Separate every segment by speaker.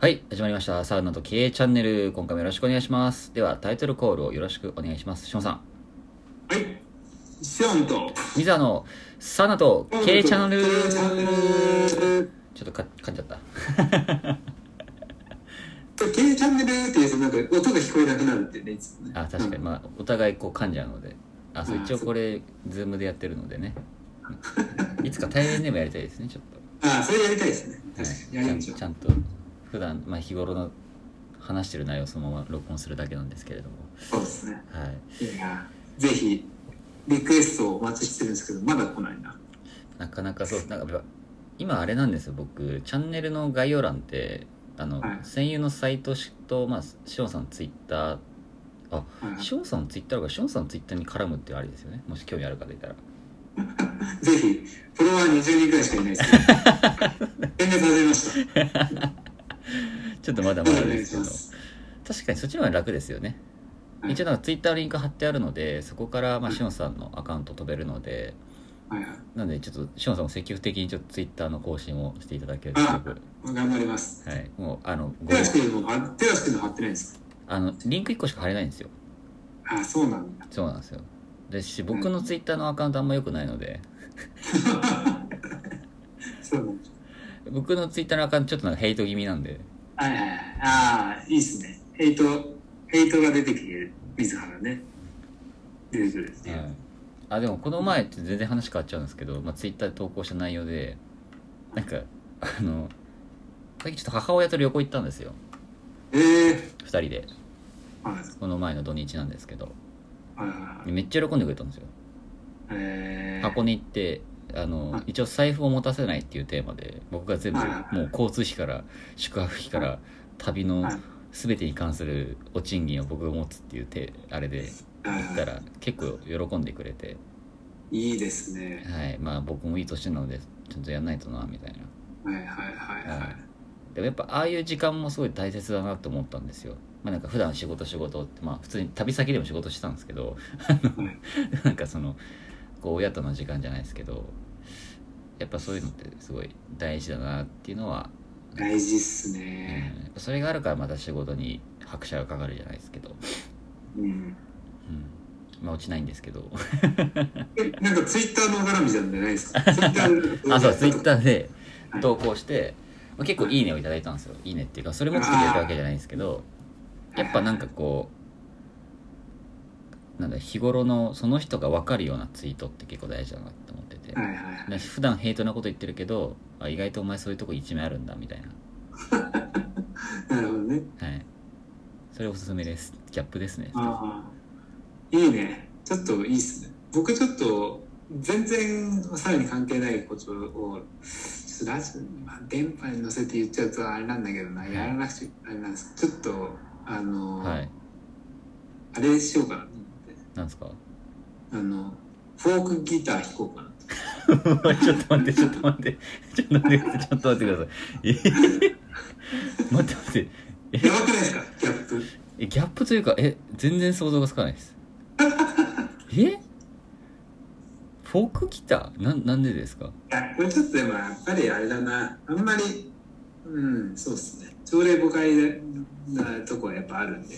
Speaker 1: はい、始まりました。サウナと経営チャンネル。今回もよろしくお願いします。では、タイトルコールをよろしくお願いします。しょんさん。
Speaker 2: はい、セオンと
Speaker 1: ミザのサウナと経営チャンネル。
Speaker 2: 経営チャンネル
Speaker 1: ちょっとか噛んじゃった。
Speaker 2: 経営チャンネルっていうとなんか音が聞こえなくなるってねいつもね
Speaker 1: あ、確かに。
Speaker 2: うん
Speaker 1: まあ、お互いこう噛んじゃうので。あ、そう、
Speaker 2: うん
Speaker 1: 一応これ、ズームでやってるので ね。いつか対面でもやりたいですね、ちょっと。
Speaker 2: ああそれやりたいですね
Speaker 1: はい、
Speaker 2: 確かに
Speaker 1: ち
Speaker 2: や
Speaker 1: ゃ
Speaker 2: り
Speaker 1: ん
Speaker 2: ましょう
Speaker 1: ちゃんと普段、まあ、日頃の話してる内容をそのまま録音するだけなんですけれども、
Speaker 2: そうですね
Speaker 1: はい、
Speaker 2: いやーぜひリクエストをお待ちしてるんですけどまだ来ないな
Speaker 1: なかなかそうなんかやっぱ今あれなんですよ僕チャンネルの概要欄ってあの、
Speaker 2: はい
Speaker 1: 専用のサイトと、まあ、しおんさんツイッタ
Speaker 2: はい
Speaker 1: ーしおんさんツイッターがしおんさんツイッターに絡むってあれですよねもし興味ある方いたら
Speaker 2: ぜひフォロワー20人くらいしかいないです けど全然されました
Speaker 1: ちょっとまだまだですけど確かにそっちの方が楽ですよね、
Speaker 2: はい
Speaker 1: 一応なんかツイッターリンク貼ってあるのでそこから、まあ、しおんさんのアカウント飛べるので、
Speaker 2: はいはい
Speaker 1: なのでちょっとしおんさんも積極的にちょっとツイッターの更新をしていただけるとすごく
Speaker 2: 頑張ります
Speaker 1: はいもうあのご
Speaker 2: 手足くんもあ手足くんの貼ってないんですか
Speaker 1: あのリンク1個しか貼れないんですよ
Speaker 2: ああそうなんだ
Speaker 1: そうなんですよですし僕のツイッターのアカウントあんま良くないので
Speaker 2: そうなんだ
Speaker 1: 僕のツイッターのアカウントちょっとなんかヘイト気味なんで
Speaker 2: はいはいはい。ああ、いいですね。ヘイト、ヘイトが出てきてる、自らね。出てくるっていう。
Speaker 1: はいあでもこの前って全然話変わっちゃうんですけど、まあ、ツイッターで投稿した内容でなんかあの最近ちょっと母親と旅行行ったんですよ
Speaker 2: ええ
Speaker 1: 2人で
Speaker 2: はい
Speaker 1: この前の土日なんですけど
Speaker 2: はいはい。
Speaker 1: めっちゃ喜んでくれたんですよ
Speaker 2: ええ
Speaker 1: 箱根行ってあの一応財布を持たせないっていうテーマで僕が全部もう交通費から宿泊費から旅の全てに関するお賃金を僕が持つっていうてあれで
Speaker 2: はい
Speaker 1: 行っ
Speaker 2: は
Speaker 1: たら結構喜んでくれて、
Speaker 2: いいいですね。
Speaker 1: はい、まあ僕もいい年なのでちゃんとやんないとなみたいな
Speaker 2: はいはいはいはい。
Speaker 1: でもやっぱああいう時間もすごい大切だなと思ったんですよまあなんか普段仕事仕事ってまあ普通に旅先でも仕事してたんですけど あの
Speaker 2: はい
Speaker 1: なんかそのこう親との時間じゃないですけどやっぱそういうのってすごい大事だなっていうのは、
Speaker 2: 大事っす
Speaker 1: うん
Speaker 2: ね。
Speaker 1: やっぱそれがあるからまた仕事に拍車がかかるじゃないですけど、
Speaker 2: うん。
Speaker 1: うん、まあ落ちないんですけど
Speaker 2: え、なんかツイッターの絡みじゃないですか。ツイッター
Speaker 1: あそうツイッ
Speaker 2: ー。
Speaker 1: ターで投稿して、まあ、結構「いいね」をいただいたんですよ「いいね」っていうかそれも作ってやったわけじゃないんですけどやっぱなんかこうなんだ日頃のその人が分かるようなツイートって結構大事だなって思ってて、
Speaker 2: はいはいはい。
Speaker 1: だし普段ヘイトなこと言ってるけどあ意外とお前そういうとこ一面あるんだみたい
Speaker 2: なるほどね。
Speaker 1: なはいそれおすすめですギャップですね
Speaker 2: ああ、いいね。ちょっといいっすね。僕ちょっと、全然さらに関係ないことを、ちょっとラジオ、まあ、電波に乗せて言っちゃうとあれなんだけどな、
Speaker 1: はい
Speaker 2: やらなくちゃあれなんですちょっと、あの、
Speaker 1: はい
Speaker 2: あれしようかなと思って。
Speaker 1: なん ですか
Speaker 2: あの、フォークギター弾こうかなと。
Speaker 1: ちょっと待ってちょっと待ってちょっと待ってちょっと待ってくださいえ へへ待って待ってえ
Speaker 2: やばくないですかギャップ。
Speaker 1: えギャップというかえ全然想像がつかないです えフォークギターなんなんでですか
Speaker 2: いや、これちょっとでもやっぱりあれだな、あんまり、うん、そうですね、朝礼誤解なとこはやっぱあるんで、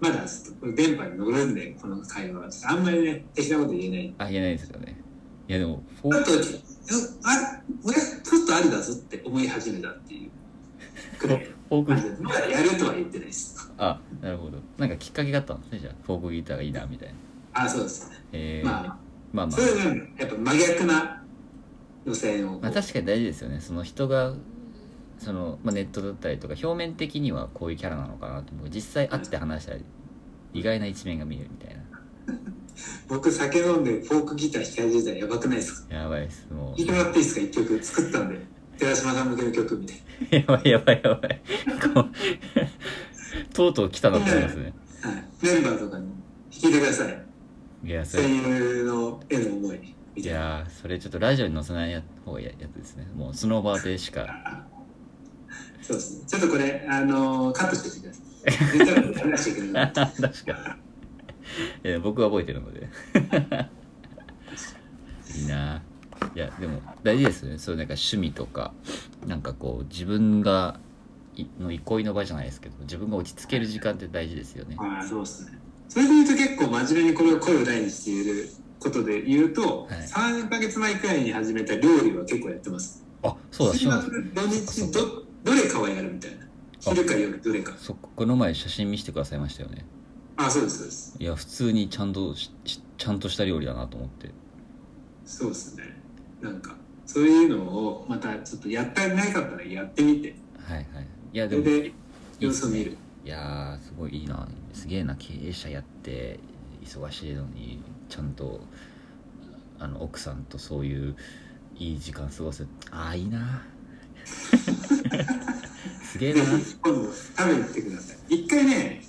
Speaker 2: まだちょっとこれ電波に乗るんで、この会話は、ちょっとあんまりね、的なこと言えない。
Speaker 1: あ言えないですよねいやでもフォ
Speaker 2: あ
Speaker 1: ー
Speaker 2: と、うんあ俺、ちょっとありだぞって思い始めたっ ていうくらい。
Speaker 1: フォークギター
Speaker 2: まだやるとは言ってないです。
Speaker 1: あなるほどなんかきっかけがあったんですねじゃあフォークギターがいいなみたいな
Speaker 2: あ、そうですね。
Speaker 1: えー、まあ
Speaker 2: ま
Speaker 1: まあ
Speaker 2: あ、
Speaker 1: ま
Speaker 2: それはねやっぱ真逆な路線をこう。
Speaker 1: あ確かに大事ですよねその人がその、まあ、ネットだったりとか表面的にはこういうキャラなのかなと思う実際会って話したら意外な一面が見えるみたいな
Speaker 2: 僕、酒飲んでフォークギター弾き始めたらやばくないですか
Speaker 1: やばいですもう
Speaker 2: 聞いてもらっていいですか一曲作ったんで寺島さん向けの曲みたい
Speaker 1: やばいやばいやばい。こうとうとう来たなと思いますね。
Speaker 2: な、はい、メンバーとかに弾いてください
Speaker 1: いや、それ、い
Speaker 2: 戦友の絵の思いみたいな
Speaker 1: やー、それちょっとラジオに載せないや方がいいやつですね。もうスノーバーでしか。
Speaker 2: そうですねちょっとこれあのーカットしておいてください絶対話してくれな い
Speaker 1: 確かに。いや僕は覚えてるの で。いいなーいや、でも大事ですね。そういうなんか趣味とか、なんかこう自分がいの憩いの場じゃないですけど自分が落ち着ける時間って大事ですよね
Speaker 2: ああそうですねそれで言うと結構真面目にこれを声を大にしていることで言うと、
Speaker 1: はい
Speaker 2: 3ヶ月前くらいに始めた料理は結構やってます
Speaker 1: あそうだ
Speaker 2: 週
Speaker 1: そうだ
Speaker 2: 末土日どどれかはやるみたいな昼か夜どれか
Speaker 1: そこの前写真見せてくださいましたよね
Speaker 2: あそうですそうです
Speaker 1: いや普通にちゃんとししちゃんとした料理だなと思って
Speaker 2: そうですねなんかそういうのをまたちょっとやったりなかったらやってみて
Speaker 1: はいはいいや
Speaker 2: そ
Speaker 1: で
Speaker 2: れ
Speaker 1: も
Speaker 2: で
Speaker 1: いいっ
Speaker 2: 様
Speaker 1: す
Speaker 2: 子を
Speaker 1: ね
Speaker 2: 見る
Speaker 1: いやーすごいいいなすげえな経営者やって忙しいのにちゃんとあの奥さんとそういういい時間過ごせああいい なすげえ
Speaker 2: ぜ
Speaker 1: な
Speaker 2: ひ今度食べに来てください一回ね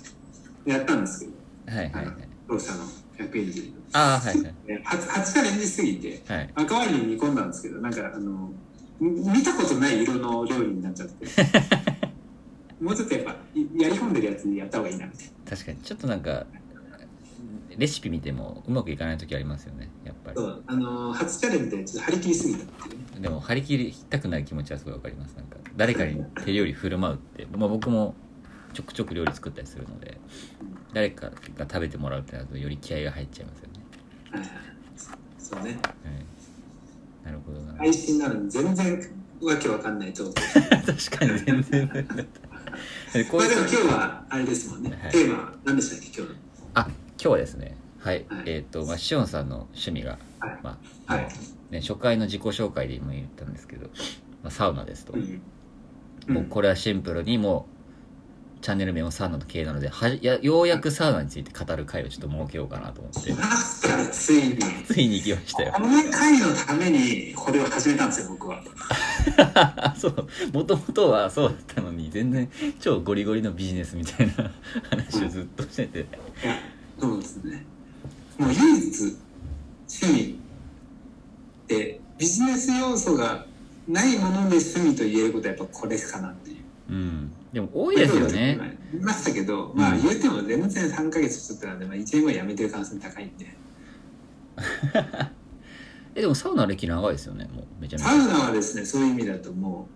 Speaker 2: やったんですけど
Speaker 1: はいはいはい
Speaker 2: ローサの100円汁
Speaker 1: ああはいはい
Speaker 2: で初初チャレンジしすぎて
Speaker 1: はい
Speaker 2: 赤ワインに煮込んだんですけどなんかあのみ見たことない色の料理になっちゃって もうちょっとやっぱいやり込んでるやつにやった方がいいなみたいな
Speaker 1: 確かにちょっとなんかレシピ見てもうまくいかない時ありますよねやっぱ
Speaker 2: そ
Speaker 1: り
Speaker 2: うあの初チャレンジでちょっと張り切りすぎたっていうね
Speaker 1: でも張り切りたくなる気持ちはすごいわかりますなんか誰かに手料理振る舞うって、まあ、僕もちょくちょく料理作ったりするので誰かが食べてもらうってなるとより気合が入っちゃいますよね、
Speaker 2: はいはいそうね
Speaker 1: はい、なるほどな
Speaker 2: 配信なのに全然わけわかんないと思う
Speaker 1: 確かに全然 こう
Speaker 2: まあ
Speaker 1: い
Speaker 2: でも
Speaker 1: う
Speaker 2: 今日はあれですもんね、
Speaker 1: はい
Speaker 2: テーマは何でしたっけ今日の
Speaker 1: あ今日はですねはい、
Speaker 2: はい
Speaker 1: えっ、とまあしおんさんの趣味が、
Speaker 2: はい
Speaker 1: まあ
Speaker 2: はい
Speaker 1: ね、初回の自己紹介でも言ったんですけど、まあ、サウナですと、
Speaker 2: うん
Speaker 1: もうこれはシンプルにもうチャンネル名もサウナと経営なのではじやようやくサウナについて語る回をちょっと設けようかなと思って
Speaker 2: うん、マスターついに
Speaker 1: ついに行きましたよ
Speaker 2: この回のためにこれを始めたんですよ僕は
Speaker 1: そうもともとはそうだったのに全然超ゴリゴリのビジネスみたいな話をずっとしてて
Speaker 2: いやそうですねもう唯一趣味でビジネス要素がないもので趣味と言えることはやっぱこれかなってい
Speaker 1: う
Speaker 2: う
Speaker 1: んでも多いですよね
Speaker 2: 言いましたけど、まあ
Speaker 1: うん
Speaker 2: 言うても全然3ヶ月ちょっとなんで、まあ、1年後やめてる可能性高いんで
Speaker 1: えでもサウナ歴長いですよねもうめちゃめち
Speaker 2: サ
Speaker 1: ゃ
Speaker 2: ウナはですねそういう意味だとも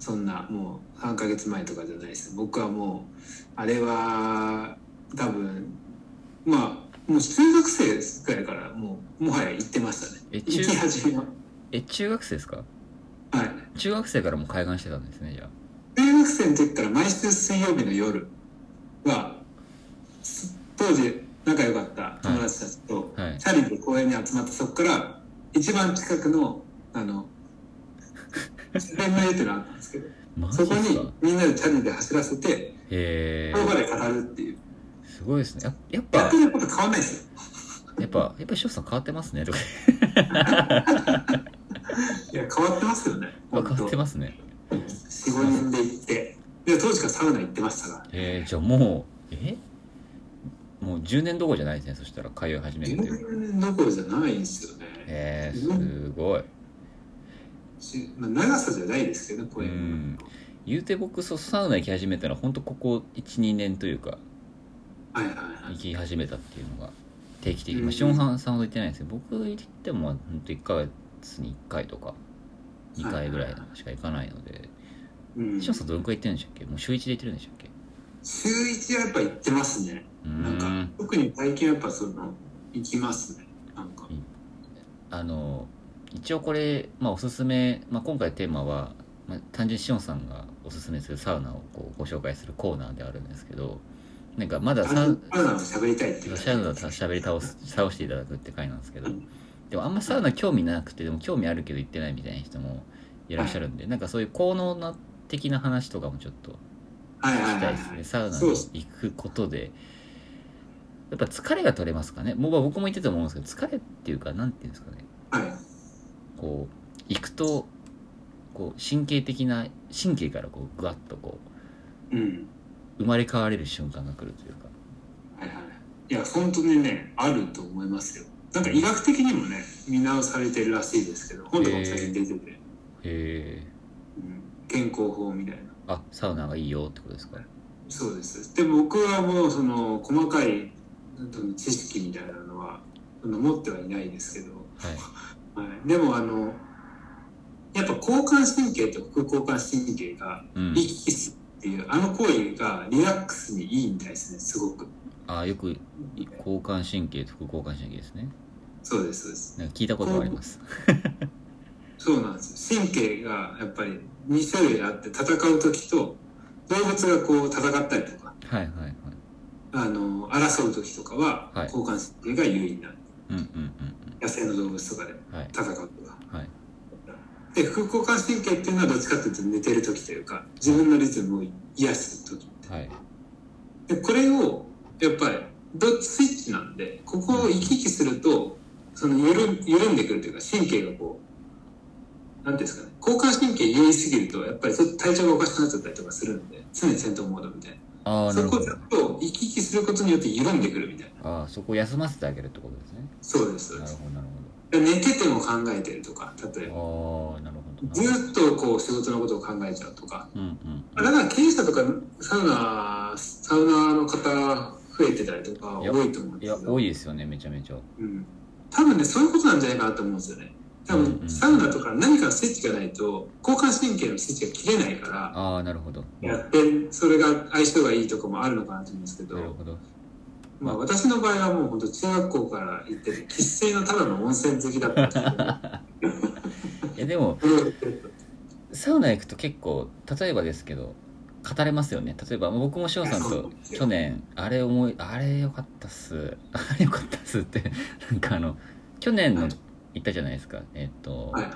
Speaker 2: うそんなもう3ヶ月前とかじゃないです僕はもうあれは多分まあもう中学生くらいからもうもはや行ってましたね
Speaker 1: え
Speaker 2: 行
Speaker 1: 中
Speaker 2: き始めは
Speaker 1: え中学生ですか
Speaker 2: はい
Speaker 1: 中学生からもう開眼してたんですねじゃ
Speaker 2: 中学生の時から毎週水曜日の夜はす当時仲良かった友達たちと
Speaker 1: はいはい
Speaker 2: チャリで公園に集まってそこから一番近くのあの自然の湯っていうのがあったんですけど
Speaker 1: あマジ
Speaker 2: そこ
Speaker 1: ですか
Speaker 2: にみんなでチャリで走らせて、
Speaker 1: へえ
Speaker 2: その場で語るっていう。
Speaker 1: すごいですねややっ
Speaker 2: やっ
Speaker 1: ぱ
Speaker 2: てること変わんないです
Speaker 1: やっぱやっぱ翔さん変わってますねとか
Speaker 2: よ。いや、変わってますよね。
Speaker 1: 変
Speaker 2: 本
Speaker 1: わ
Speaker 2: 当。
Speaker 1: って
Speaker 2: 4、
Speaker 1: ますね
Speaker 2: 5人で行って。で、当時からサウナ行ってましたから。
Speaker 1: えー、じゃあもうえもう10年どころじゃないですねそしたら通い始める
Speaker 2: 全
Speaker 1: っていう
Speaker 2: 然どころじゃないんですよね。
Speaker 1: えー、すごい
Speaker 2: しまあ、長さじゃないですけど、これ。
Speaker 1: うん言うて僕そうサウナ行き始めたのは本当ここ12年というか
Speaker 2: はいはい
Speaker 1: 行
Speaker 2: は
Speaker 1: き始めたっていうのが定期的
Speaker 2: うん
Speaker 1: まあションハンさんほど行ってないんですけど僕行ってもまあ本当1ヶ月に1回とか2回ぐらいしか行かないので
Speaker 2: い。うん、
Speaker 1: ションさんどのくらい行ってるんでしたっけもう週1で行ってるんでしたっけ
Speaker 2: 週1はやっぱ行ってますね。
Speaker 1: うー
Speaker 2: なんか
Speaker 1: ん、
Speaker 2: 特に最近はやっぱその、行きますね。なんか。
Speaker 1: あの一応これ、まあ、おすすめ、まあ、今回のテーマは、まあ、単純にシオンさんがおすすめするサウナをこうご紹介するコーナーであるんですけどなんかまだ
Speaker 2: サ
Speaker 1: サウ
Speaker 2: ウナを喋りたいっていう
Speaker 1: シャウナをしゃべり倒す倒していただくって回なんですけどでもあんまサウナ興味なくてでも興味あるけど行ってないみたいな人もいらっしゃるんでなんかそういう効能な的な話とかもちょっと
Speaker 2: はいはい
Speaker 1: し
Speaker 2: は
Speaker 1: た
Speaker 2: い
Speaker 1: い
Speaker 2: は
Speaker 1: ですね
Speaker 2: い。
Speaker 1: サウナ
Speaker 2: そう
Speaker 1: に
Speaker 2: です
Speaker 1: 行くことでやっぱ疲れが取れますかねもうまあ僕も言ってたと思うんですけど疲れっていうかなんていうんですかね
Speaker 2: はい。
Speaker 1: こう行くとこう神経的な神経からこうグワッとこ
Speaker 2: うん。
Speaker 1: う生まれ変われる瞬間が来るというか
Speaker 2: はいはい、いや本当にねあると思いますよなんか医学的にもね見直されてるらしいですけど本とかも最近出てて、
Speaker 1: へえ
Speaker 2: うん、健康法みたいな
Speaker 1: あサウナがいいよってことですか
Speaker 2: そうですでも僕はもうその細かいなんとも知識みたいなのはその持ってはいないですけど、
Speaker 1: はい
Speaker 2: はい、でもあのやっぱ交感神経と副交感神経が
Speaker 1: うん
Speaker 2: 行き来すっていうあの行為がリラックスにいいみたいですねすごく
Speaker 1: ああよく交感神経と副交感神経ですね
Speaker 2: そうですそうです
Speaker 1: なんか聞いたことがあります
Speaker 2: そうなんですよ神経がやっぱり2種類あって戦う時と動物がこう戦ったりとか
Speaker 1: はいはいはい
Speaker 2: あの争う時とかは
Speaker 1: はい
Speaker 2: 交感神経が優位な、
Speaker 1: うんうん
Speaker 2: 野生の動物とかで
Speaker 1: うんうんはい
Speaker 2: 戦うとか
Speaker 1: はい
Speaker 2: で副交感神経っていうのはどっちかっていうと寝てる時というか自分のリズムを癒す時
Speaker 1: はい
Speaker 2: でこれをやっぱりどっちスイッチなんでここを行き来するとその緩緩んでくるというか神経がこうなんていうんですかね交感神経優位すぎるとやっぱりちょっと体調がおかしくなっちゃったりとかするんで常に戦闘モードみたい
Speaker 1: あ
Speaker 2: な
Speaker 1: あな
Speaker 2: そ
Speaker 1: る
Speaker 2: こ
Speaker 1: ほ
Speaker 2: をち
Speaker 1: ど
Speaker 2: ょっと行き来することによって緩んでくるみたいな
Speaker 1: ああそこを休ませてあげるってことですね
Speaker 2: そうですそう
Speaker 1: な
Speaker 2: で
Speaker 1: る
Speaker 2: す
Speaker 1: ほどなる
Speaker 2: で寝てても考えてるとか例えば
Speaker 1: ほどああなるほどなるほ
Speaker 2: ずっとこう仕事のことを考えちゃうとか
Speaker 1: どうんうん
Speaker 2: だから経営者とかサウナサウナーの方増えてたりとか多いと思うん
Speaker 1: い
Speaker 2: です
Speaker 1: や
Speaker 2: けど
Speaker 1: 多いですよねめちゃめちゃ
Speaker 2: うん多分ねそういうことなんじゃないかなと思うんですよね多分、
Speaker 1: うんうん
Speaker 2: サウナとか何かのスイッチがないと交感神経のスイッチが切れないから
Speaker 1: ああなるほど
Speaker 2: やってそれが相性がいいとかもあるのかなと思うんですけど
Speaker 1: なるほど
Speaker 2: まあ、私の場合はもう本当中学校から行ってて生粋のただの温泉好きだ ったんで
Speaker 1: いやでも
Speaker 2: すけど
Speaker 1: サウナ行くと結構例えばですけど語れますよね例えば僕も翔さん
Speaker 2: そうな
Speaker 1: と
Speaker 2: んですよ
Speaker 1: 去年あれ思いあれよかったっすあれよかったっすって なんかあの去年の
Speaker 2: はい
Speaker 1: 行ったじゃないですかえっと、
Speaker 2: はい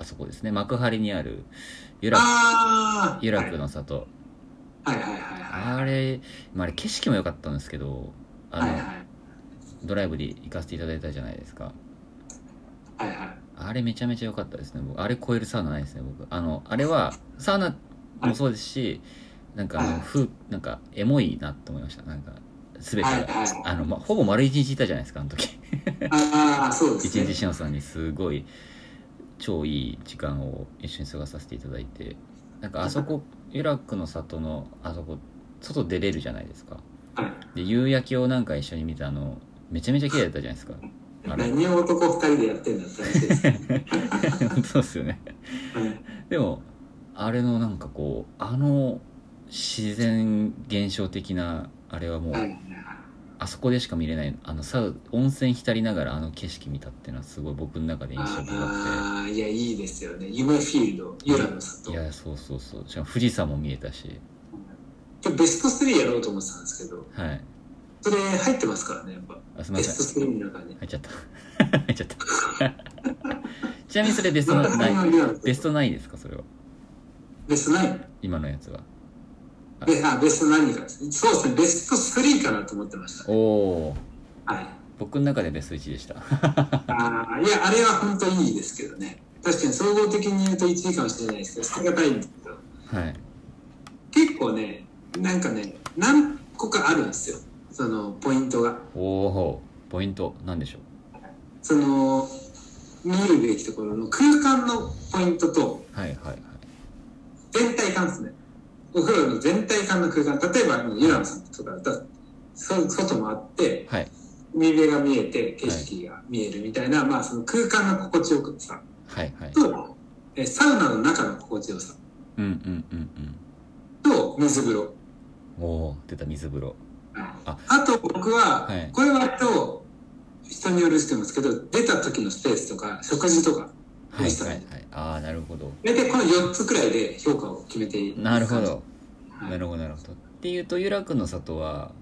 Speaker 1: あそこですね幕張にあるゆら
Speaker 2: ああ
Speaker 1: ゆらくの里、
Speaker 2: はいはいはいはい
Speaker 1: あれ、まあ、あれ景色も良かったんですけどあ
Speaker 2: はい
Speaker 1: の、
Speaker 2: はい
Speaker 1: ドライブで行かせていただいたじゃないですか
Speaker 2: はいはい
Speaker 1: あれめちゃめちゃ良かったですね僕あれ超えるサウナないですね僕あのあれはサウナもそうですし、なんかあ
Speaker 2: はい
Speaker 1: のふなんかエモいなって思いましたなんか全て
Speaker 2: はい
Speaker 1: が
Speaker 2: はい
Speaker 1: あの、ま、ほぼ丸一日いたじゃないですかあの時
Speaker 2: ああそうで
Speaker 1: 一
Speaker 2: す
Speaker 1: 日
Speaker 2: ね
Speaker 1: しのさんにすごい超いい時間を一緒に過ごさせていただいてなんかあそこイラクの里のあそこ外出れるじゃないですか
Speaker 2: はい
Speaker 1: で夕焼けをなんか一緒に見てあのめちゃめちゃ綺麗だったじゃないですかあれ
Speaker 2: 何を男二人でやってんだって話です、はい
Speaker 1: 本当ですよねでもあれのなんかこうあの自然現象的なあれはもう、
Speaker 2: はいはい
Speaker 1: あそこでしか見れないあのサウ温泉浸りながらあの景色見たっていうのはすごい僕の中で印象深く
Speaker 2: ああいやいいですよね夢フィールドユラの
Speaker 1: て
Speaker 2: 里
Speaker 1: い
Speaker 2: 今
Speaker 1: やそうそうそうしかも富士山も見えたし
Speaker 2: 日ベスト3やろうと思ってたんですけど
Speaker 1: はい
Speaker 2: それ入ってますからねやっぱ
Speaker 1: あすみま
Speaker 2: ベ
Speaker 1: せん
Speaker 2: スト3の中に
Speaker 1: 入っちゃった入っちゃった ちなみにそれベストな
Speaker 2: 中
Speaker 1: ない
Speaker 2: にユラの里
Speaker 1: ベストないですかそれは
Speaker 2: ベスト何
Speaker 1: 今のやつは
Speaker 2: ベあベスト何かですねそうですねベスト3かなと思ってました
Speaker 1: おおー
Speaker 2: はい
Speaker 1: 僕の中でベスト1でした
Speaker 2: あーいやあれは本当にいいですけどね確かに総合的に言うと1位かもしれないですけど捨てがたいんですけど
Speaker 1: はい
Speaker 2: 結構ねなんかね何個かあるんですよそのポイントが
Speaker 1: おおポイントなんでしょう
Speaker 2: その見るべきところの空間のポイントと
Speaker 1: はいはいはい
Speaker 2: 全体感ですねお風呂の全体感の空間例えばあのユラノさんとかだとそ外もあって
Speaker 1: はい
Speaker 2: 海辺が見えて景色が見えるみたいな、まあその空間の心地よさ
Speaker 1: はいはい
Speaker 2: とえサウナの中の心地よさ
Speaker 1: うんうんうん
Speaker 2: と水風呂
Speaker 1: うんおお出た水風呂
Speaker 2: あと僕は、
Speaker 1: はい
Speaker 2: これはと人によるしてますけど出た時のスペースとか食事とか
Speaker 1: はい
Speaker 2: 水
Speaker 1: はい
Speaker 2: 風
Speaker 1: は
Speaker 2: 呂
Speaker 1: いああなるほど
Speaker 2: 大体この4つくらいで評価を決めている
Speaker 1: なるほど
Speaker 2: はい
Speaker 1: なるほどなるほどっていうと由楽の里は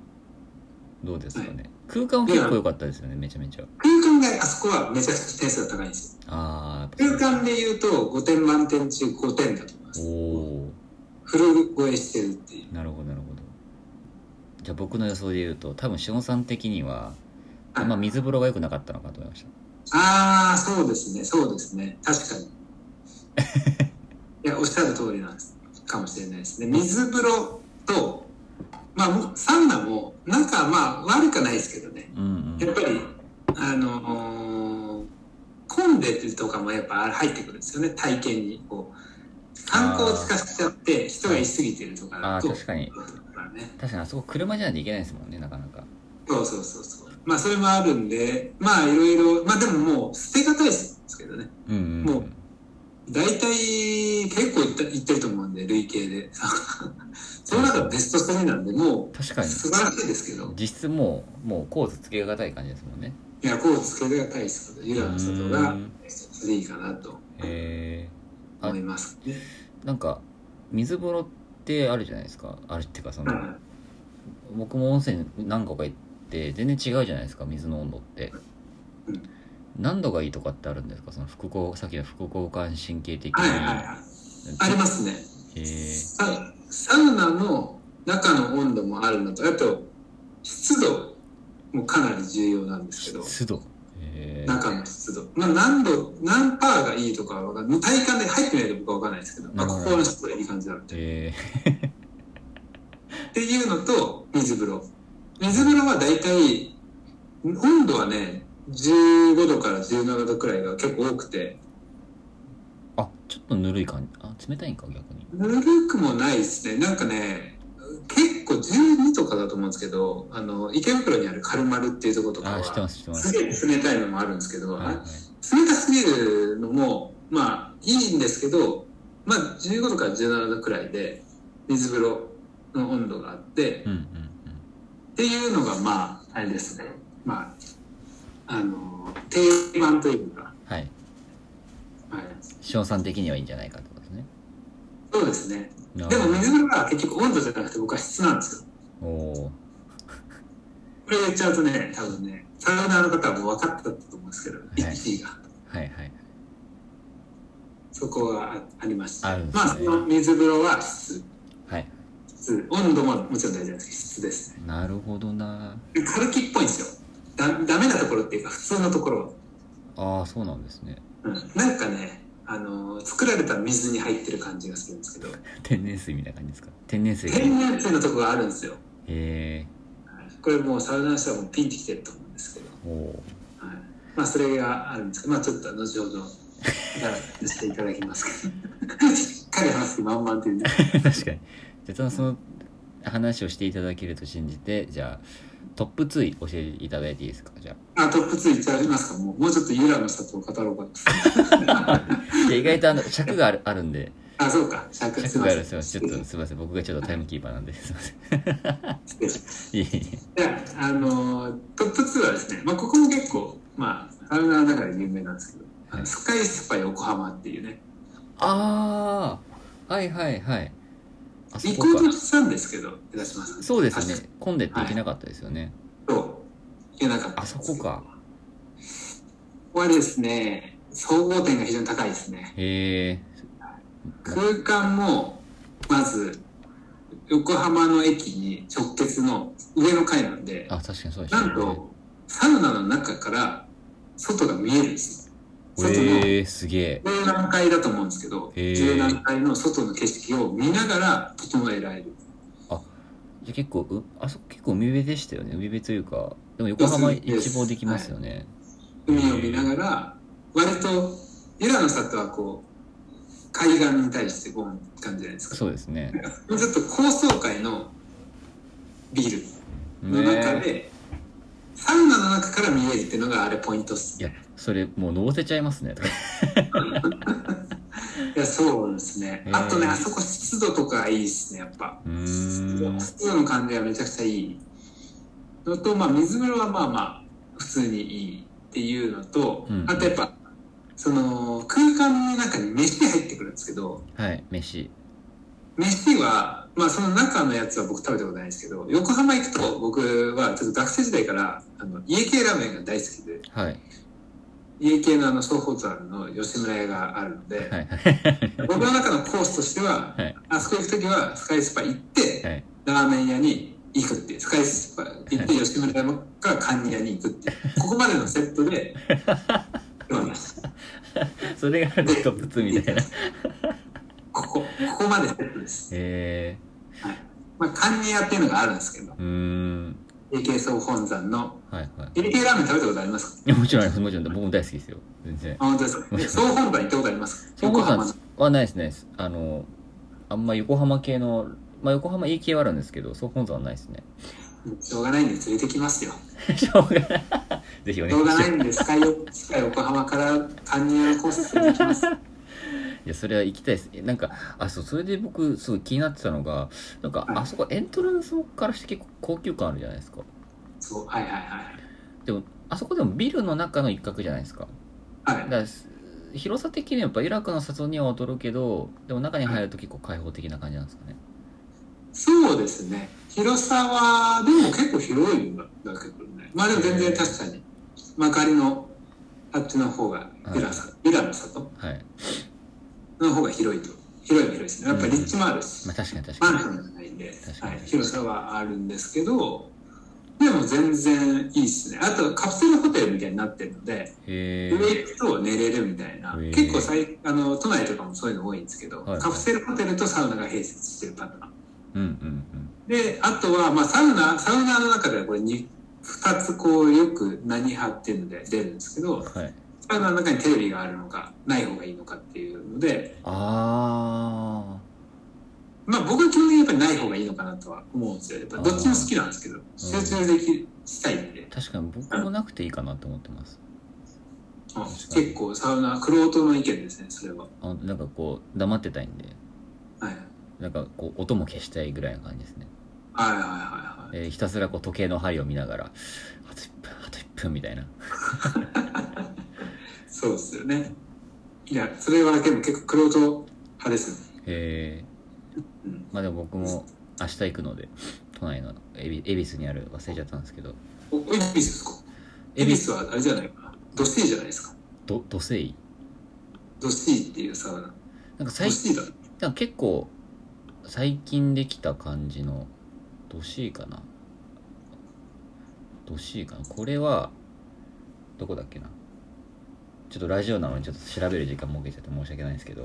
Speaker 1: どうですかね空間は結構良かったですよねめちゃめちゃ
Speaker 2: 空間があそこはめちゃくちゃ点数が高いんですよ
Speaker 1: ああ
Speaker 2: 空間で言うと5点満点中5点だと思いま
Speaker 1: お
Speaker 2: す
Speaker 1: お
Speaker 2: フル超えしてるっていう
Speaker 1: ーなるほどなるほどじゃあ僕の予想で言うと多分しのさん的にはあんま水風呂が良くなかったのかと思いました
Speaker 2: ああそうですねそうですね確かにいやおっしゃる通りなんですかもしれないですね水風呂とまあもうサウナもなんかまあ悪くないですけどね
Speaker 1: うんうん
Speaker 2: やっぱりあのー混んでるとかもやっぱ入ってくるんですよね体験にこう観光地化しちゃって人がいすぎてるとか
Speaker 1: あ
Speaker 2: だ
Speaker 1: あ
Speaker 2: と
Speaker 1: 確かに
Speaker 2: ね
Speaker 1: 確かにあそこ車じゃないといけないですもんねなかなか
Speaker 2: そうそうそうそうまあそれもあるんでまあいろいろまあでももう捨てがたいですけどね
Speaker 1: うんうん、
Speaker 2: もう 大体結構いった行ってると思うんで累計でだベスト3なんで、もう、
Speaker 1: 確かに
Speaker 2: 素晴らしいですけど、
Speaker 1: 実質もうもうコースつけがたい感じですもんね
Speaker 2: いや、こうつけがたいですけど、ユラの里
Speaker 1: う
Speaker 2: が
Speaker 1: ん
Speaker 2: ベスト3かなと
Speaker 1: え
Speaker 2: 思います。
Speaker 1: ー、なんか水風呂ってあるじゃないですかあるっていうかその
Speaker 2: うん
Speaker 1: 僕も温泉何個か行って全然違うじゃないですか水の温度って
Speaker 2: うん
Speaker 1: 何度がいいとかってあるんですかその副交さっきの副交感神経的
Speaker 2: はいはい
Speaker 1: に
Speaker 2: はい。ありますね。
Speaker 1: えー
Speaker 2: ササウナの中の温度もあるのと、あと、湿度もかなり重要なんですけど、
Speaker 1: 湿度えー
Speaker 2: 中の湿度。まあ、何度、何パーがいいとかは分かんない。体感で入ってないと僕は分かんないですけど、まあ、
Speaker 1: なる
Speaker 2: こ
Speaker 1: ほど
Speaker 2: この湿度いい感じだみたいな。
Speaker 1: え
Speaker 2: っていうのと、水風呂。水風呂は大体、温度はね、15度から17度くらいが結構多くて、
Speaker 1: ー、あちょっとぬるい感じあ冷たいんか逆に
Speaker 2: ぬるくもないですね。なんかね、結構12とかだと思うんですけど、あの、池袋にあるカルマルっていうところとか
Speaker 1: あー
Speaker 2: は、
Speaker 1: 知ってます知ってますす、
Speaker 2: げえ冷たいのもあるんですけど、
Speaker 1: はいはい、
Speaker 2: 冷たすぎるのも、まあ、いいんですけど、まあ、15度から17度くらいで、水風呂の温度があって、
Speaker 1: うんうん
Speaker 2: っていうのが、まあ、あれですね。まあ、あの、定番というか、
Speaker 1: うんはい
Speaker 2: はい。
Speaker 1: 翔さん的にはいいんじゃないかってことですね
Speaker 2: そうですね。
Speaker 1: な
Speaker 2: で
Speaker 1: る
Speaker 2: も
Speaker 1: ほ
Speaker 2: 水風呂は結局温度じゃなくて僕は質なんですよ。
Speaker 1: どおー
Speaker 2: これ言っちゃうとね、多分ね、サウナーの方はもう分かったと思うんですけど、1位が。
Speaker 1: はいはい
Speaker 2: そこはあありました。
Speaker 1: あるんですね
Speaker 2: まあ、その水風呂は質。
Speaker 1: はい
Speaker 2: 質。温度ももちろん大事なんですけど、質ですね。
Speaker 1: なるほどな
Speaker 2: で軽きっぽいんですよ。だ、ダメなところっていうか、普通のところ。
Speaker 1: ああそうなんですね
Speaker 2: うん。なんかね、あの、作られた水に入ってる感じがするんですけど、
Speaker 1: 天然水みたいな感じですか天然水が
Speaker 2: 天然水のところがあるんですよ。
Speaker 1: え
Speaker 2: これもうサウナの人はもうピンってきてると思うんですけど、
Speaker 1: ー、おー
Speaker 2: はい、まあそれがあるんですけどまあちょっと後ほど話していただきます けどしっかり話す気満々というね
Speaker 1: 確かにじゃあその話をしていただけると信じてじゃあトップ2教えていただいていいですかじゃ
Speaker 2: あトップ2いっちゃいますかもうもうちょっとユラの里を語ろうか
Speaker 1: あ意外とあ の尺があるあるんで
Speaker 2: あそうか尺
Speaker 1: 尺
Speaker 2: すいま
Speaker 1: がある
Speaker 2: せん
Speaker 1: すいませんちょっとすいません僕がちょっとタイムキーパーなんですいません
Speaker 2: 失礼しまし
Speaker 1: いえいえ
Speaker 2: たじゃああのートップ2はですね、まあ、ここも結構まあサウナの中で有名なんですけどあのスカイスパ横浜っていうね
Speaker 1: ああはいはいはいあそ
Speaker 2: 行
Speaker 1: こ
Speaker 2: こうと
Speaker 1: か
Speaker 2: したんですけど出します
Speaker 1: そうですね混んでっていけなかったですよね、
Speaker 2: そう行けなかった
Speaker 1: あそこか
Speaker 2: ここはですね、総合点が非常に高いですね。
Speaker 1: へえ
Speaker 2: 空間も、まず、横浜の駅に直結の上の階なんで、
Speaker 1: あ確かにそうでした
Speaker 2: なん
Speaker 1: ね
Speaker 2: と、サウナの中から外が見えるんですよ。外の
Speaker 1: えー、すげえ
Speaker 2: 十何階だと思うんですけど、
Speaker 1: へー
Speaker 2: 十何階の外の景色を見ながら整えられる。
Speaker 1: じゃあ結構うあそこ結構海辺でしたよね海辺というかでも横浜一望できますよね、
Speaker 2: 海を見ながら、割と、由良の里はこう、海岸に対してこう感じじゃないですか。
Speaker 1: そうですね
Speaker 2: ちょっと高層階のビルの中
Speaker 1: ね
Speaker 2: で、サウナの中から見えるっていうのがあれポイントっす
Speaker 1: いやそれもうのぼせちゃいますね とか
Speaker 2: いやそうですね
Speaker 1: へー
Speaker 2: あとねあそこ湿度とかいいっすねやっぱ
Speaker 1: う
Speaker 2: 湿
Speaker 1: ーん
Speaker 2: 度湿度の感じがめちゃくちゃいいのとまあ水風呂はまあまあ普通にいいっていうのと、
Speaker 1: うん
Speaker 2: あとやっぱその空間の中に飯入ってくるんですけど
Speaker 1: はい飯
Speaker 2: 飯はまあその中のやつは僕食べたことないんですけど横浜行くと僕はちょっと学生時代からあの家系ラーメンが大好きで
Speaker 1: はい
Speaker 2: 家系のあの総本山の吉村屋があるので、
Speaker 1: はい
Speaker 2: 僕の中のコースとしては、
Speaker 1: はい
Speaker 2: あそこ行くときはスカイスパ行って、
Speaker 1: はい
Speaker 2: ラーメン屋に行くっていうスカイスパ行って吉村屋からカニ屋に行く っていうここまでのセットで今ね
Speaker 1: それがなんかプツみたいな
Speaker 2: ここここまでセットです、
Speaker 1: え
Speaker 2: まあ、カニ屋っていうのがあるんですけど
Speaker 1: ー、うーん
Speaker 2: 家系総本山の
Speaker 1: はいは
Speaker 2: 家系ラーメン食べたことありますか
Speaker 1: いもちろんありますもちろん僕も大好きですよ全然
Speaker 2: あ本当で すか。え総本山行ったことありますか。
Speaker 1: 総合さ
Speaker 2: 横浜の
Speaker 1: んはないですねあのあんま横浜系のまあ横浜いい系はあるんですけど総本山はないです ね
Speaker 2: しょうがないんで連れてきますよ。
Speaker 1: しょうがないぜひお
Speaker 2: し
Speaker 1: 願
Speaker 2: ょう
Speaker 1: い
Speaker 2: が
Speaker 1: し
Speaker 2: な
Speaker 1: ます
Speaker 2: いんでスカイスカイ横浜からカニ屋のコース連れてきます。
Speaker 1: いや、それは行きたいです。えなんか、あ、そう、それで僕、すごい気になってたのが、なんか、あそこエントランスからして結構高級感あるじゃないですか。
Speaker 2: そう、はいはい
Speaker 1: でも、あそこでもビルの中の一角じゃないですか。だ
Speaker 2: はい。はい。
Speaker 1: からす広さ的にはやっぱイラクの里には劣るけど、でも中に入ると結構開放的な感じなんですかね。
Speaker 2: そうですね。広さは、でも結構広いんだけどね。まあでも全然確かに、まかりのあっちの方が、ビラさ、ビラの里
Speaker 1: はい。
Speaker 2: の方が広いと。広いは広いですね。やっぱ立地もあるし
Speaker 1: まあ、、確かに確
Speaker 2: マ
Speaker 1: か
Speaker 2: ン
Speaker 1: に
Speaker 2: シ。ョンじゃないんで、
Speaker 1: 確か
Speaker 2: は
Speaker 1: に
Speaker 2: い、広さはあるんですけど、でも全然いいですね。あとカプセルホテルみたいになってるので、
Speaker 1: へ
Speaker 2: 上
Speaker 1: え。
Speaker 2: 行くと寝れるみたいな、
Speaker 1: へー
Speaker 2: 結構さいあの都内とかもそういうの多いんですけど、
Speaker 1: はいはい
Speaker 2: カプセルホテルとサウナが併設してるパターン
Speaker 1: うんうん
Speaker 2: であとは、まあ、サウナサウナの中ではこれ 2, 2つこうよく何派っていうので出るんですけ
Speaker 1: うん。
Speaker 2: ど
Speaker 1: はい。
Speaker 2: サウナの中にテレビがあるのかない方がいいのかっていうので、
Speaker 1: あ
Speaker 2: まあ、僕は基本的にやっぱりない方がいいのかなとは思うんですよやっぱどっちも好きなんですけど集中できしたいんで
Speaker 1: ー。確かに僕もなくていいかなと思ってます。
Speaker 2: うん
Speaker 1: 確かに
Speaker 2: 結構サウナ玄人の意見ですねそれは。
Speaker 1: あなんかこう、黙ってたいんで、
Speaker 2: はい、
Speaker 1: なんかこう、音も消したいぐらいな感じですね。
Speaker 2: はいはいはいはい
Speaker 1: えーひたすらこう時計の針を見ながら、あと1分、あと1分みたいな。
Speaker 2: そうですよね。いや、それはでも結構黒人派ですね。
Speaker 1: えー
Speaker 2: うん
Speaker 1: まあでも僕も明日行くので、都内の恵比恵比寿にある、忘れちゃったんですけど、
Speaker 2: お、エビスですかエビスはあれじゃないかな。ドシーじゃないですか。
Speaker 1: ど、土星
Speaker 2: ドシーっていうサウナ。
Speaker 1: なんか
Speaker 2: ド
Speaker 1: 最
Speaker 2: シーだ。
Speaker 1: なんか結構、最近できた感じの、土星かな土星かなこれは、どこだっけなちょっとラジオなのにちょっと調べる時間設けちゃって申し訳ないんですけど、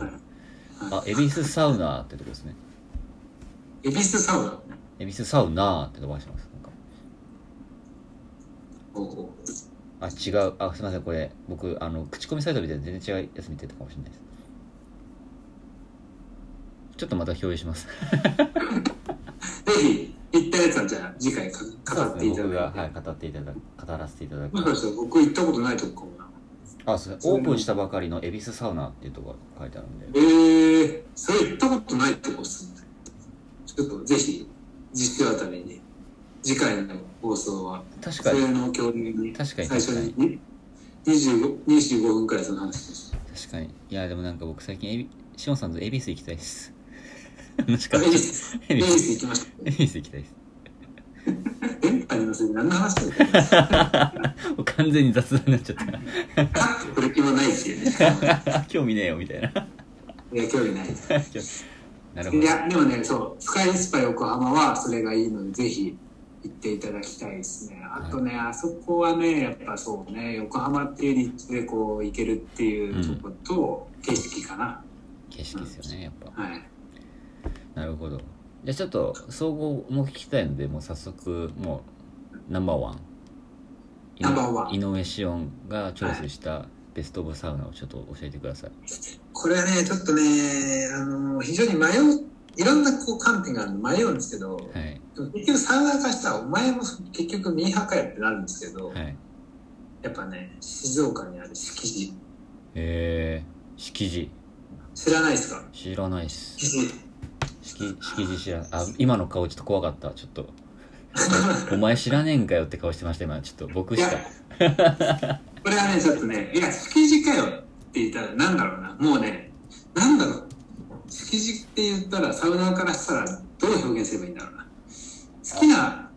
Speaker 1: あ、恵比寿サウナーってとこですね。
Speaker 2: エビスサウナ。
Speaker 1: 恵比寿サウナーって飛ばしてます。なんか
Speaker 2: おお
Speaker 1: あ、違う。あ、すいません。これ、僕、あの、口コミサイトみたいな全然違うやつ見てたかもしれないです。ちょっとまた共有します。
Speaker 2: ぜひ、行ったやつはじゃあ次回か語っていた
Speaker 1: 僕
Speaker 2: だ
Speaker 1: が、
Speaker 2: い
Speaker 1: はい、
Speaker 2: て。
Speaker 1: 語っていただく、語らせていただ
Speaker 2: もしか
Speaker 1: く。
Speaker 2: したら僕行ったことないとこかもな。
Speaker 1: あ、そうオープンしたばかりの恵比寿サウナっていうところが書いてあるんで。
Speaker 2: えー、それ行ったことないとこっすね。ちょっとぜひ、実習あたりに、次回の放送は。
Speaker 1: 確か
Speaker 2: そ
Speaker 1: に、
Speaker 2: れの教員に
Speaker 1: 確かに
Speaker 2: 最初に25 25分くらいその話です。
Speaker 1: 確かに。いや、でもなんか僕最近、エビ、シオンさんと恵比寿行きたいです。 楽し
Speaker 2: あ
Speaker 1: かっ
Speaker 2: エ
Speaker 1: た
Speaker 2: リ。ス、エ
Speaker 1: エ
Speaker 2: リ
Speaker 1: リ
Speaker 2: ス行きました。
Speaker 1: 恵比寿行きたいです。
Speaker 2: 電波に乗せて何の話だった
Speaker 1: もう完全に雑談になっちゃった
Speaker 2: かこれ気もないっていうね。 い。
Speaker 1: あ興味ねえよ、みたいな。
Speaker 2: や、興味ないです。
Speaker 1: なるほ
Speaker 2: い
Speaker 1: ど。
Speaker 2: や、でもね、そう、スカイスパ横浜はそれがいいので、ぜひ行っていただきたいですね。あとね、あそこはね、やっぱそうね、横浜っていう立地でこう行けるっていうとこと、景色かな。
Speaker 1: 景色ですよね、やっぱ。
Speaker 2: はい。
Speaker 1: なるほど。じゃあちょっと総合も聞きたいので、もう早速、もうナンバーワン。
Speaker 2: ナンバーワン
Speaker 1: 井上紫音がチョイスしたベストオブサウナをちょっと教えてください。
Speaker 2: これはね、ちょっとね、あの非常に迷う、いろんなこう観点があるの迷うんですけど、
Speaker 1: はい。
Speaker 2: でも結局サウナ化したらお前も結局ミーハーかよってなるんですけど、
Speaker 1: はい。
Speaker 2: やっぱね、静岡にある敷地、
Speaker 1: えー、敷地。
Speaker 2: 知らないですか
Speaker 1: 知らないっす。
Speaker 2: 敷地。
Speaker 1: 敷敷地知らない。あ、今の顔ちょっと怖かった。ちょっと。 お前知らねえんかよって顔してました、今。ちょっと僕
Speaker 2: い
Speaker 1: し
Speaker 2: や
Speaker 1: か。、
Speaker 2: これはね、ちょっとね、いや、敷地かよって言ったらなんだろうな、もうね、なんだろう、敷地って言ったらサウナーからしたらどう表現すればいいんだろうな。好きな、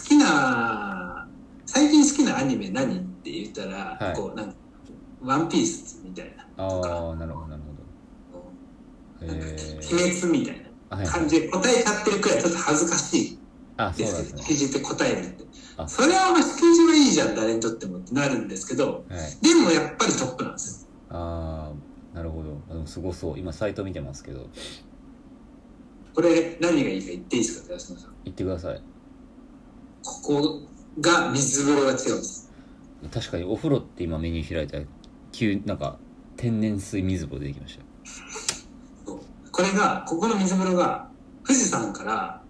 Speaker 2: 好きな、最近好きなアニメ何って言ったら、
Speaker 1: はい
Speaker 2: こう、なんか、ワンピースみたいな、
Speaker 1: ああ、なるほど、なるほど。
Speaker 2: なんか
Speaker 1: えー、
Speaker 2: 鬼滅みたいな。
Speaker 1: はい。
Speaker 2: 感じで答えちゃってるくらいちょっと恥ずかしい
Speaker 1: あ、そう
Speaker 2: で
Speaker 1: なんですす
Speaker 2: けど、
Speaker 1: ね。
Speaker 2: 築地って答えるって
Speaker 1: あ。
Speaker 2: それはまあ築地はいいじゃん、誰にとってもってなるんですけど、
Speaker 1: はい。
Speaker 2: でもやっぱりトップなんですよ。
Speaker 1: ああなるほどあでもすごそう今サイト見てますけど
Speaker 2: これ何がいいか言っていいですか、安野さん。
Speaker 1: 言ってください
Speaker 2: ここが水風呂が違うんです。
Speaker 1: 確かにお風呂って今メニュー開いたら急なんか天然水水風呂出てきました
Speaker 2: そうこれが、ここの水風呂が富士山から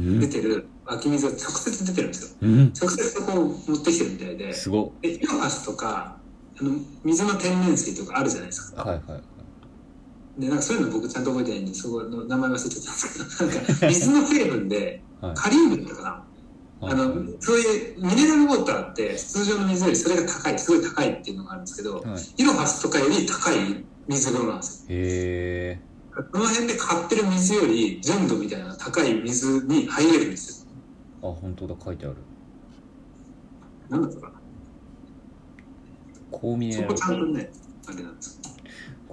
Speaker 1: う
Speaker 2: 出
Speaker 1: ん、
Speaker 2: てる湧き水が直接出てるんですよ。
Speaker 1: うん、
Speaker 2: 直接そこを持ってきてるみたいで、
Speaker 1: すご
Speaker 2: で、イオハスとか、あの水の天然水とかあるじゃないです
Speaker 1: っ
Speaker 2: か。
Speaker 1: はいはいはい
Speaker 2: でなんかそういうの僕ちゃんと覚えてないんでそこの名前忘れちゃったんですけどなんか水の成分で
Speaker 1: はい
Speaker 2: カリウムだったかなあ
Speaker 1: は
Speaker 2: の
Speaker 1: い
Speaker 2: そういうミネラルウォーターって通常の水よりそれが高いすごい高いっていうのがあるんですけど
Speaker 1: はい
Speaker 2: イロハスとかより高い水風呂なんですよ
Speaker 1: へえ
Speaker 2: その辺で買ってる水より純度みたいな高い水に入れるんですよ
Speaker 1: あ本当だ書いてある
Speaker 2: なんだったかな
Speaker 1: 高ミネ
Speaker 2: そ
Speaker 1: ラ
Speaker 2: こ
Speaker 1: ル
Speaker 2: ちゃんとねあれなんですよ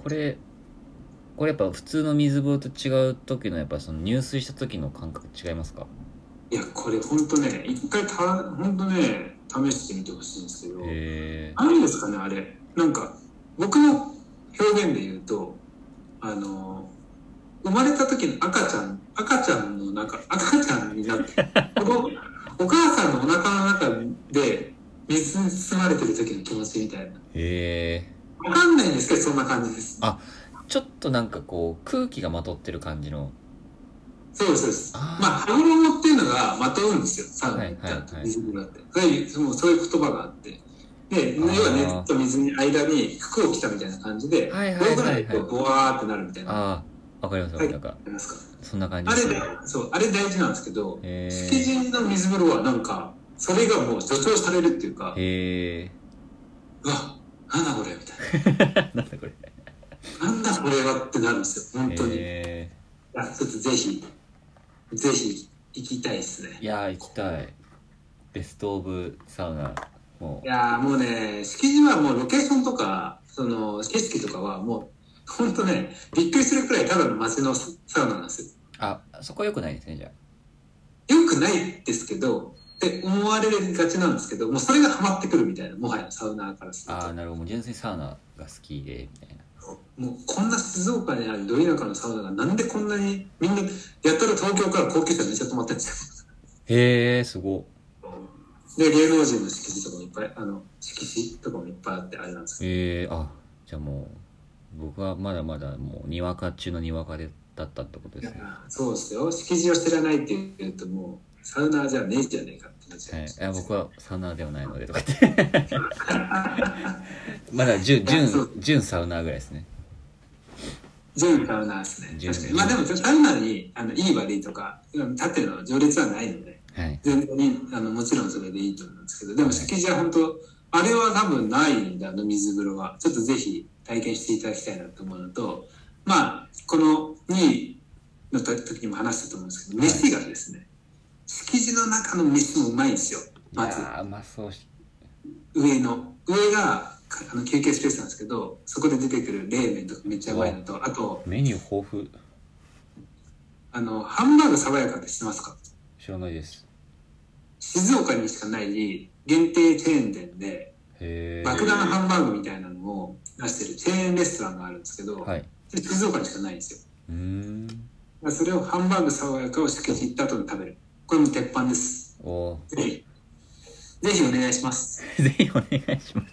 Speaker 1: これこれやっぱ普通の水風呂と違う時のやっぱその入水した時の感覚違いますか
Speaker 2: いやこれほんとね一回たほんとね試してみてほしいんですけど
Speaker 1: へえ
Speaker 2: 何ですかねあれなんか僕の表現で言うとあの生まれた時の赤ちゃん赤ちゃんの中赤ちゃんになってこのお母さんのお腹の中で水に包まれてる時の気持ちみたい
Speaker 1: へ
Speaker 2: な
Speaker 1: え
Speaker 2: わかんないんですけどそんな感じです
Speaker 1: ちょっとなんかこう空気がまとってる感じの
Speaker 2: そうですそうです
Speaker 1: あー
Speaker 2: まあ羽衣っていうのがまとうんですよサウナ行った
Speaker 1: はい
Speaker 2: ら
Speaker 1: はいはい
Speaker 2: 水風呂だってそういうもうそういう言葉があってで要
Speaker 1: あー
Speaker 2: は熱と水に間に服を着たみたいな感じで
Speaker 1: はいはいはいはい
Speaker 2: 動かないとボワーってなるみたいな
Speaker 1: ああわかりますわかりますなんか
Speaker 2: ありますか
Speaker 1: そんな感じ
Speaker 2: あ
Speaker 1: です
Speaker 2: れだそうあれ大事なんですけど、
Speaker 1: へ
Speaker 2: 築
Speaker 1: え
Speaker 2: 地の水風呂はなんかそれがもう助長されるっていうか、
Speaker 1: へえ
Speaker 2: うわなんだこれみたい
Speaker 1: なんだこれ
Speaker 2: ななんだこれはってなるんですよ本当に、
Speaker 1: へ
Speaker 2: あちょっとぜひぜひ行きたいですね
Speaker 1: えいやー行きたいベストオブサウナも
Speaker 2: いやーもうね築地はもうロケーションとかその景色とかはもう本当ねびっくりするくらいただの街のサウナなんですよ
Speaker 1: うあそこ良くないですねじゃ
Speaker 2: 良くないですけどって思われがちなんですけどもうそれがハマってくるみたいなもはやサウナーからする
Speaker 1: あ
Speaker 2: と
Speaker 1: ああーなるほどもう純粋にサウナが好きでみたいな
Speaker 2: もうこんな静岡にあるど田舎のサウナがなんでこんなにみんなやったら東京から高級車めっちゃ泊まってるんです
Speaker 1: へえすご
Speaker 2: よで芸能人の敷地とかもいっぱいあの敷地とかもいっぱいあってあれなんですけ
Speaker 1: ええあじゃあもう僕はまだまだもうにわか中のにわかでだったってことで
Speaker 2: ど
Speaker 1: すね、
Speaker 2: そうですよ敷地を知らないって言うともうサウナーじゃねえじゃねえかってなっちゃ
Speaker 1: はいい、
Speaker 2: ま
Speaker 1: い
Speaker 2: す、
Speaker 1: や僕はサウナーではないのでとか言って まだ純純純サウナーぐらいですね
Speaker 2: 全サウナーですね
Speaker 1: 純
Speaker 2: 確かにまあでもサウナにあのいい悪いとかうん立ってるのは序列はないので
Speaker 1: はい
Speaker 2: 全然いいあのもちろんそれでいいと思うんですけどでも敷地は本当あれは多分ないんであの水風呂はちょっとぜひ体験していただきたいなと思うのとまあこの2位の時にも話したと思うんですけど
Speaker 1: はい
Speaker 2: 飯がですね、敷地の中の飯もうまいんですよ
Speaker 1: いや
Speaker 2: まず
Speaker 1: ーうまそうし
Speaker 2: 上の上がかあの休憩スペースなんですけどそこで出てくる冷麺とかめっちゃうまいのとあと
Speaker 1: メニュー豊富
Speaker 2: あのハンバーグ爽やかって知ってますか
Speaker 1: 知らないです
Speaker 2: 静岡にしかない限定チェーン店で
Speaker 1: へえ
Speaker 2: 爆弾ハンバーグみたいなのを出してるチェーンレストランがあるんですけど、
Speaker 1: はい
Speaker 2: それ静岡にしかないんですよ
Speaker 1: うーん
Speaker 2: だからそれをハンバーグ爽やかを敷地行った後に食べるこれも鉄板です
Speaker 1: おー
Speaker 2: ぜひぜひお願いします
Speaker 1: ぜひお願いしま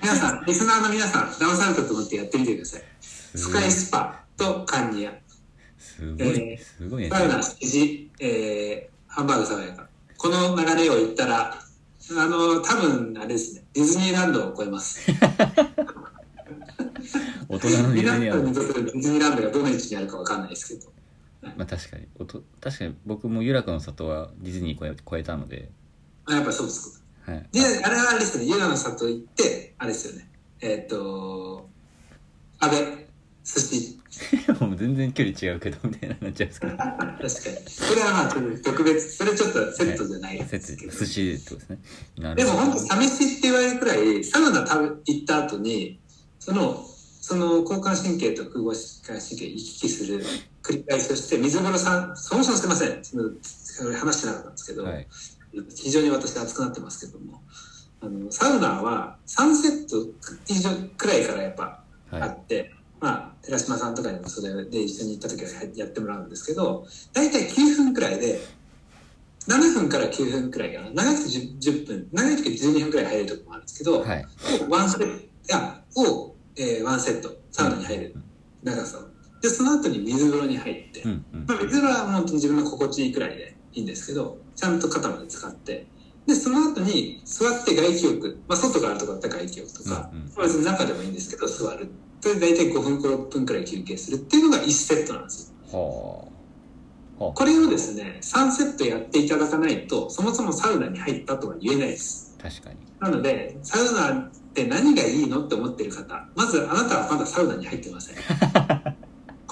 Speaker 2: 皆さんリスナーの皆さん騙されたと思ってやってみてください
Speaker 1: す
Speaker 2: ス
Speaker 1: す
Speaker 2: カ
Speaker 1: ご
Speaker 2: イ
Speaker 1: い
Speaker 2: スパとカンニア
Speaker 1: すごいすごいね
Speaker 2: サウナ敷地、えーハンバーグ爽やかこの流れを言ったらあの多分あれですねディズニーランドを超えます
Speaker 1: 大人のディズニーランド
Speaker 2: ディズニーランドがどの位置にあるかわかんないですけど
Speaker 1: まあ確かにおと確かに僕も「ゆらくの里」はディズニー超え超えたので
Speaker 2: あやっぱそうですか
Speaker 1: はい
Speaker 2: で、あれはあれですね、ユナの里行って、あれですよね、えっ、と、安倍、寿司、
Speaker 1: もう全然距離違うけどみたいななっちゃうんですけど
Speaker 2: 確かに。それはまあ、ちょっと特別、それちょっとセットじゃない
Speaker 1: セ
Speaker 2: で
Speaker 1: ッ
Speaker 2: すけ
Speaker 1: ト
Speaker 2: ど。
Speaker 1: 寿司ってことですねな
Speaker 2: で
Speaker 1: る
Speaker 2: も
Speaker 1: ほ
Speaker 2: 本当、
Speaker 1: ど
Speaker 2: サメシって言われるくらい、サウナ食べ行った後に、その、その交感神経と副交感神経行き来する繰り返しとして、水風呂さん、そもそもすいません、そのそれ話してなかったんですけど、
Speaker 1: はい
Speaker 2: 非常に私熱くなってますけどもあのサウナは3セット以上くらいからやっぱあ
Speaker 1: は
Speaker 2: って、まあ寺島さんとかにもそれで一緒に行った時はやってもらうんですけど大体9分くらいで7分から9分くらいかな長くて 10, 10分長い時は12分くらい入れるとこもあるんですけ
Speaker 1: い
Speaker 2: ど、
Speaker 1: はい
Speaker 2: ワンセットあを、えーワンセットサウナに入る長さをでその後に水風呂に入って
Speaker 1: う、んうん
Speaker 2: まあ、水風呂は本当に自分の心地いいくらいでいいんですけどちゃんと肩まで使ってでその後に座って外気浴、まあ、外からとかだったら外気浴とか、
Speaker 1: うんうん
Speaker 2: まあ別に中でもいいんですけど座るそれで大体5分か6分くらい休憩するっていうのが1セットなんですよ。
Speaker 1: はあ。はあ、
Speaker 2: これをですね、3セットやっていただかないと、そもそもサウナに入ったとは言えないです。
Speaker 1: 確かに。
Speaker 2: なので、サウナって何がいいのって思ってる方、まずあなたはまだサウナに入ってません。こ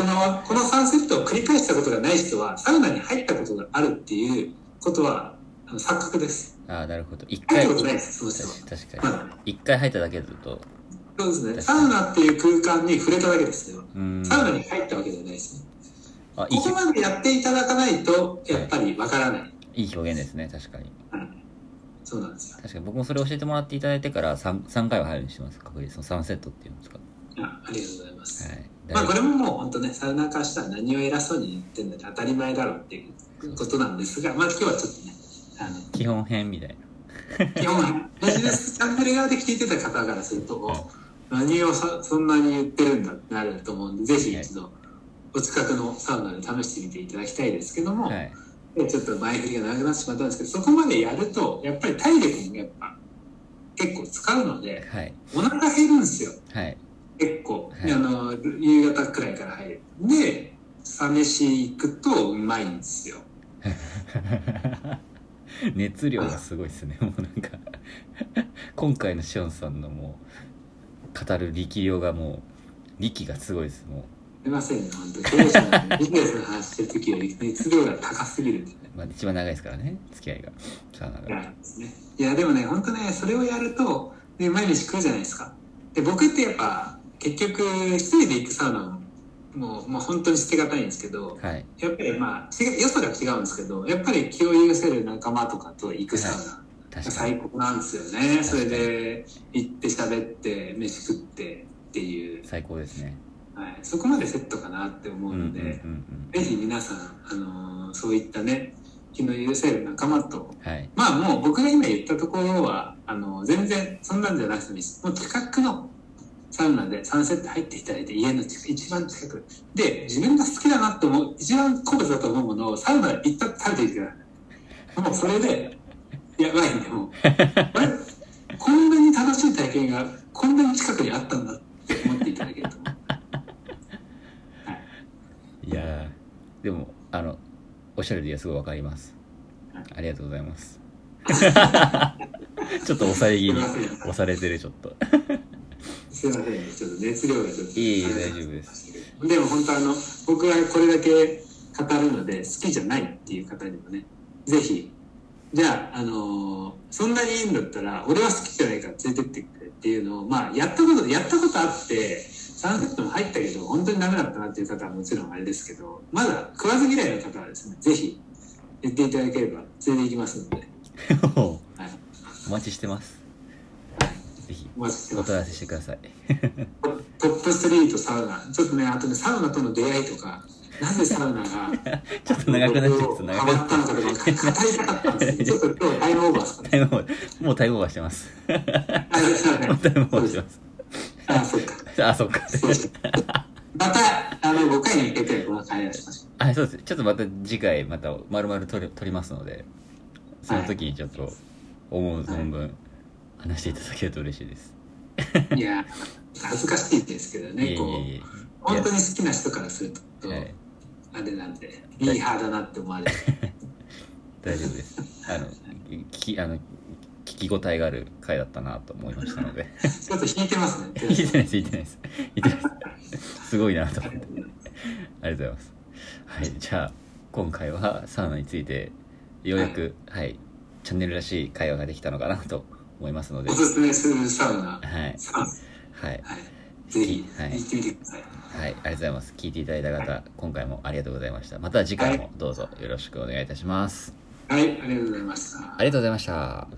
Speaker 2: の、この3セットを繰り返したことがない人は、サウナに入ったことがあるっていうことは、あの錯覚です。
Speaker 1: ああ、なるほど。一
Speaker 2: 入っ
Speaker 1: 回、
Speaker 2: たこ
Speaker 1: 確
Speaker 2: とない
Speaker 1: か
Speaker 2: です、その人は。
Speaker 1: 確
Speaker 2: ま
Speaker 1: か
Speaker 2: だね。
Speaker 1: に。一回入っただけだと、
Speaker 2: そうですね。サウナっていう空間に触れただけですよ。
Speaker 1: うーん。
Speaker 2: サウナに入ったわけじゃないですね。
Speaker 1: あ、いい
Speaker 2: ここまでやっていただかないと、やっぱりわからない。
Speaker 1: いい表現ですね、確かに。
Speaker 2: そうなんですよ。
Speaker 1: 確かに僕もそれ教えてもらっていただいてから 3, 3回は入るようにしてます、確実。その3セットっていうんですか。
Speaker 2: あありがとうございます。
Speaker 1: はい。
Speaker 2: まあこ
Speaker 1: だい
Speaker 2: れももう本当ね、サウナ化したら何を偉そうに言ってんだって当たり前だろうっていうことなんですが、まあ今日はちょっとね、あの、
Speaker 1: 基本編みたいな。
Speaker 2: 基本、ビジネスチャンネル側で聞いてた方からすると、お何をそそんなに言ってるんだってなると思うんで、ぜひ一度、お近くのサウナで試してみていただきたいですけども、
Speaker 1: はい。
Speaker 2: でちょっと前振りが長くなってしまったんですけど、そこまでやると、やっぱり体力もやっぱ結構使うので、
Speaker 1: はい。
Speaker 2: お腹減るんですよ、
Speaker 1: はい。
Speaker 2: 結構。
Speaker 1: はい
Speaker 2: あの、夕方くらいから入る。で、サ飯行くとうまいんですよ。
Speaker 1: 熱量がすごいですね。もうなんか、今回のシオンさんのもう、語る力量がもう、力がすごいです、も
Speaker 2: すいませんね、本当経営者なんでビジネスの話してる時より熱量が高すぎるんでね。
Speaker 1: う。まあ一番長いですからね、付き合いが。サウナ
Speaker 2: い
Speaker 1: が。
Speaker 2: やですねいやでもね本当ねそれをやると、ね、毎日食うじゃないですかで僕ってやっぱ結局一人で行くサウナももう、まあ、本当に捨てがたいんですけど
Speaker 1: はい。
Speaker 2: やっぱりまあ違う良さが違うんですけどやっぱり気を許せる仲間とかと行くサウナが
Speaker 1: 確かに。
Speaker 2: 最高なんですよねそれで行って喋って飯食ってっていう、
Speaker 1: 最高ですね。
Speaker 2: はい、そこまでセットかなって思
Speaker 1: う
Speaker 2: うん
Speaker 1: うん
Speaker 2: の
Speaker 1: う
Speaker 2: で、
Speaker 1: ん
Speaker 2: ぜひ皆さん、あのーそういったね気の許せる仲間と
Speaker 1: うん。はい。
Speaker 2: まあもう僕が今言ったところは、あの、全然そんなんじゃなくてもいいです。もう近くのサウナでサンセット入っていただいて、家の近く一番近く。で、自分が好きだなと思う、一番好物だと思うものをサウナ行った食べていくから。もうそれで、やばいね、 もう。あれこんなに楽しい体験がこんなに近くにあったんだって思っていただけると思う。
Speaker 1: いやーでもあのおっしゃる理由はすごいわかりますありがとうございます ちょっと抑え気味押されてるちょっと
Speaker 2: すいません、ちょっと熱量がちょっと。
Speaker 1: いい大丈夫です
Speaker 2: でも本当あの僕はこれだけ語るので好きじゃないっていう方にもねぜひじゃあ、あのーそんなにいいんだったら俺は好きじゃないから連れてってくれっていうのをまあやったことやったことあってサンセットも入ったけど本当にダメだったなっていう方はもちろんあれですけどまだ食わず嫌いの方はですねぜひ言っていただければ連れて行きますので、
Speaker 1: お
Speaker 2: はい、
Speaker 1: 待ちしてますぜひ
Speaker 2: お待ちして
Speaker 1: お
Speaker 2: ます
Speaker 1: 問い合わせしてください
Speaker 2: トップ3とサウナちょっとねあとねサウナとの出会いとかなぜサウナが
Speaker 1: ちょっと長くなっちゃう長くな
Speaker 2: ハマ
Speaker 1: っ
Speaker 2: っ
Speaker 1: ち
Speaker 2: た
Speaker 1: ゃ
Speaker 2: のかとか、語りたかったんですけど、ちょっと今日タイムオーバーですか
Speaker 1: う
Speaker 2: ね。
Speaker 1: タイムオーバーもうタイムオーバーしてます
Speaker 2: あ、すい ません
Speaker 1: タイムオーバーしてます
Speaker 2: あ、そうか。
Speaker 1: あそっか
Speaker 2: そうですまた、あの、5回に向けて、この会話しましょ
Speaker 1: あそうですちょっとまた次回また丸々撮り撮りますのでその時にちょっと思う存分話していただけると嬉しいです
Speaker 2: う。いや、恥ずかしいですけど
Speaker 1: いえ
Speaker 2: ね、
Speaker 1: い
Speaker 2: こ、
Speaker 1: えいうえ
Speaker 2: 本当に好きな人からすると、
Speaker 1: はい
Speaker 2: あれなんで、いい派だなって思われる。
Speaker 1: 大丈夫です。あの、聞き、あの、聞き応えがある回だったなと思いましたので。
Speaker 2: ちょっと引いてますね。
Speaker 1: 聞いてないです、聞いてないです。聞いてないです。すごいなと思って。ありがとうございます。はい、じゃあ、今回はサウナについて、ようやく、はい、チャンネルらしい会話ができたのかなと思いますので、
Speaker 2: お
Speaker 1: は
Speaker 2: すすめするサウナ。
Speaker 1: い、
Speaker 2: サウナ
Speaker 1: はい、
Speaker 2: はい。ぜひ、
Speaker 1: はい
Speaker 2: 行ってみてください。
Speaker 1: はい、ありがとうございます。聞いていただいた方、今回もありがとうございました。また次回もどうぞよろしくお願いいたします。
Speaker 2: はい、ありがとうございました。
Speaker 1: ありがとうございました。